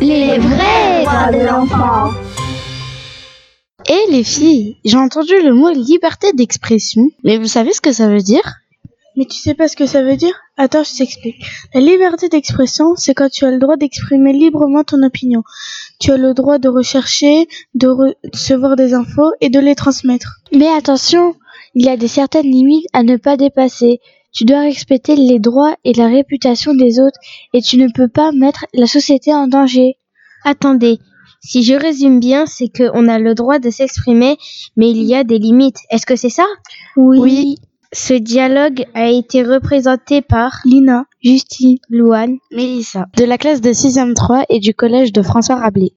Les vrais droits de l'enfant. Eh les filles, j'ai entendu le mot liberté d'expression, mais vous savez ce que ça veut dire Mais tu sais pas ce que ça veut dire Attends, je t'explique. La liberté d'expression, c'est quand tu as le droit d'exprimer librement ton opinion. Tu as le droit de rechercher, de re- recevoir des infos et de les transmettre. Mais attention, il y a des certaines limites à ne pas dépasser. Tu dois respecter les droits et la réputation des autres et tu ne peux pas mettre la société en danger. Attendez, si je résume bien, c'est qu'on a le droit de s'exprimer, mais il y a des limites. Est-ce que c'est ça Oui. oui. Ce dialogue a été représenté par Lina, Justine, Louane, Mélissa, de la classe de 6e 3 et du collège de François Rabelais.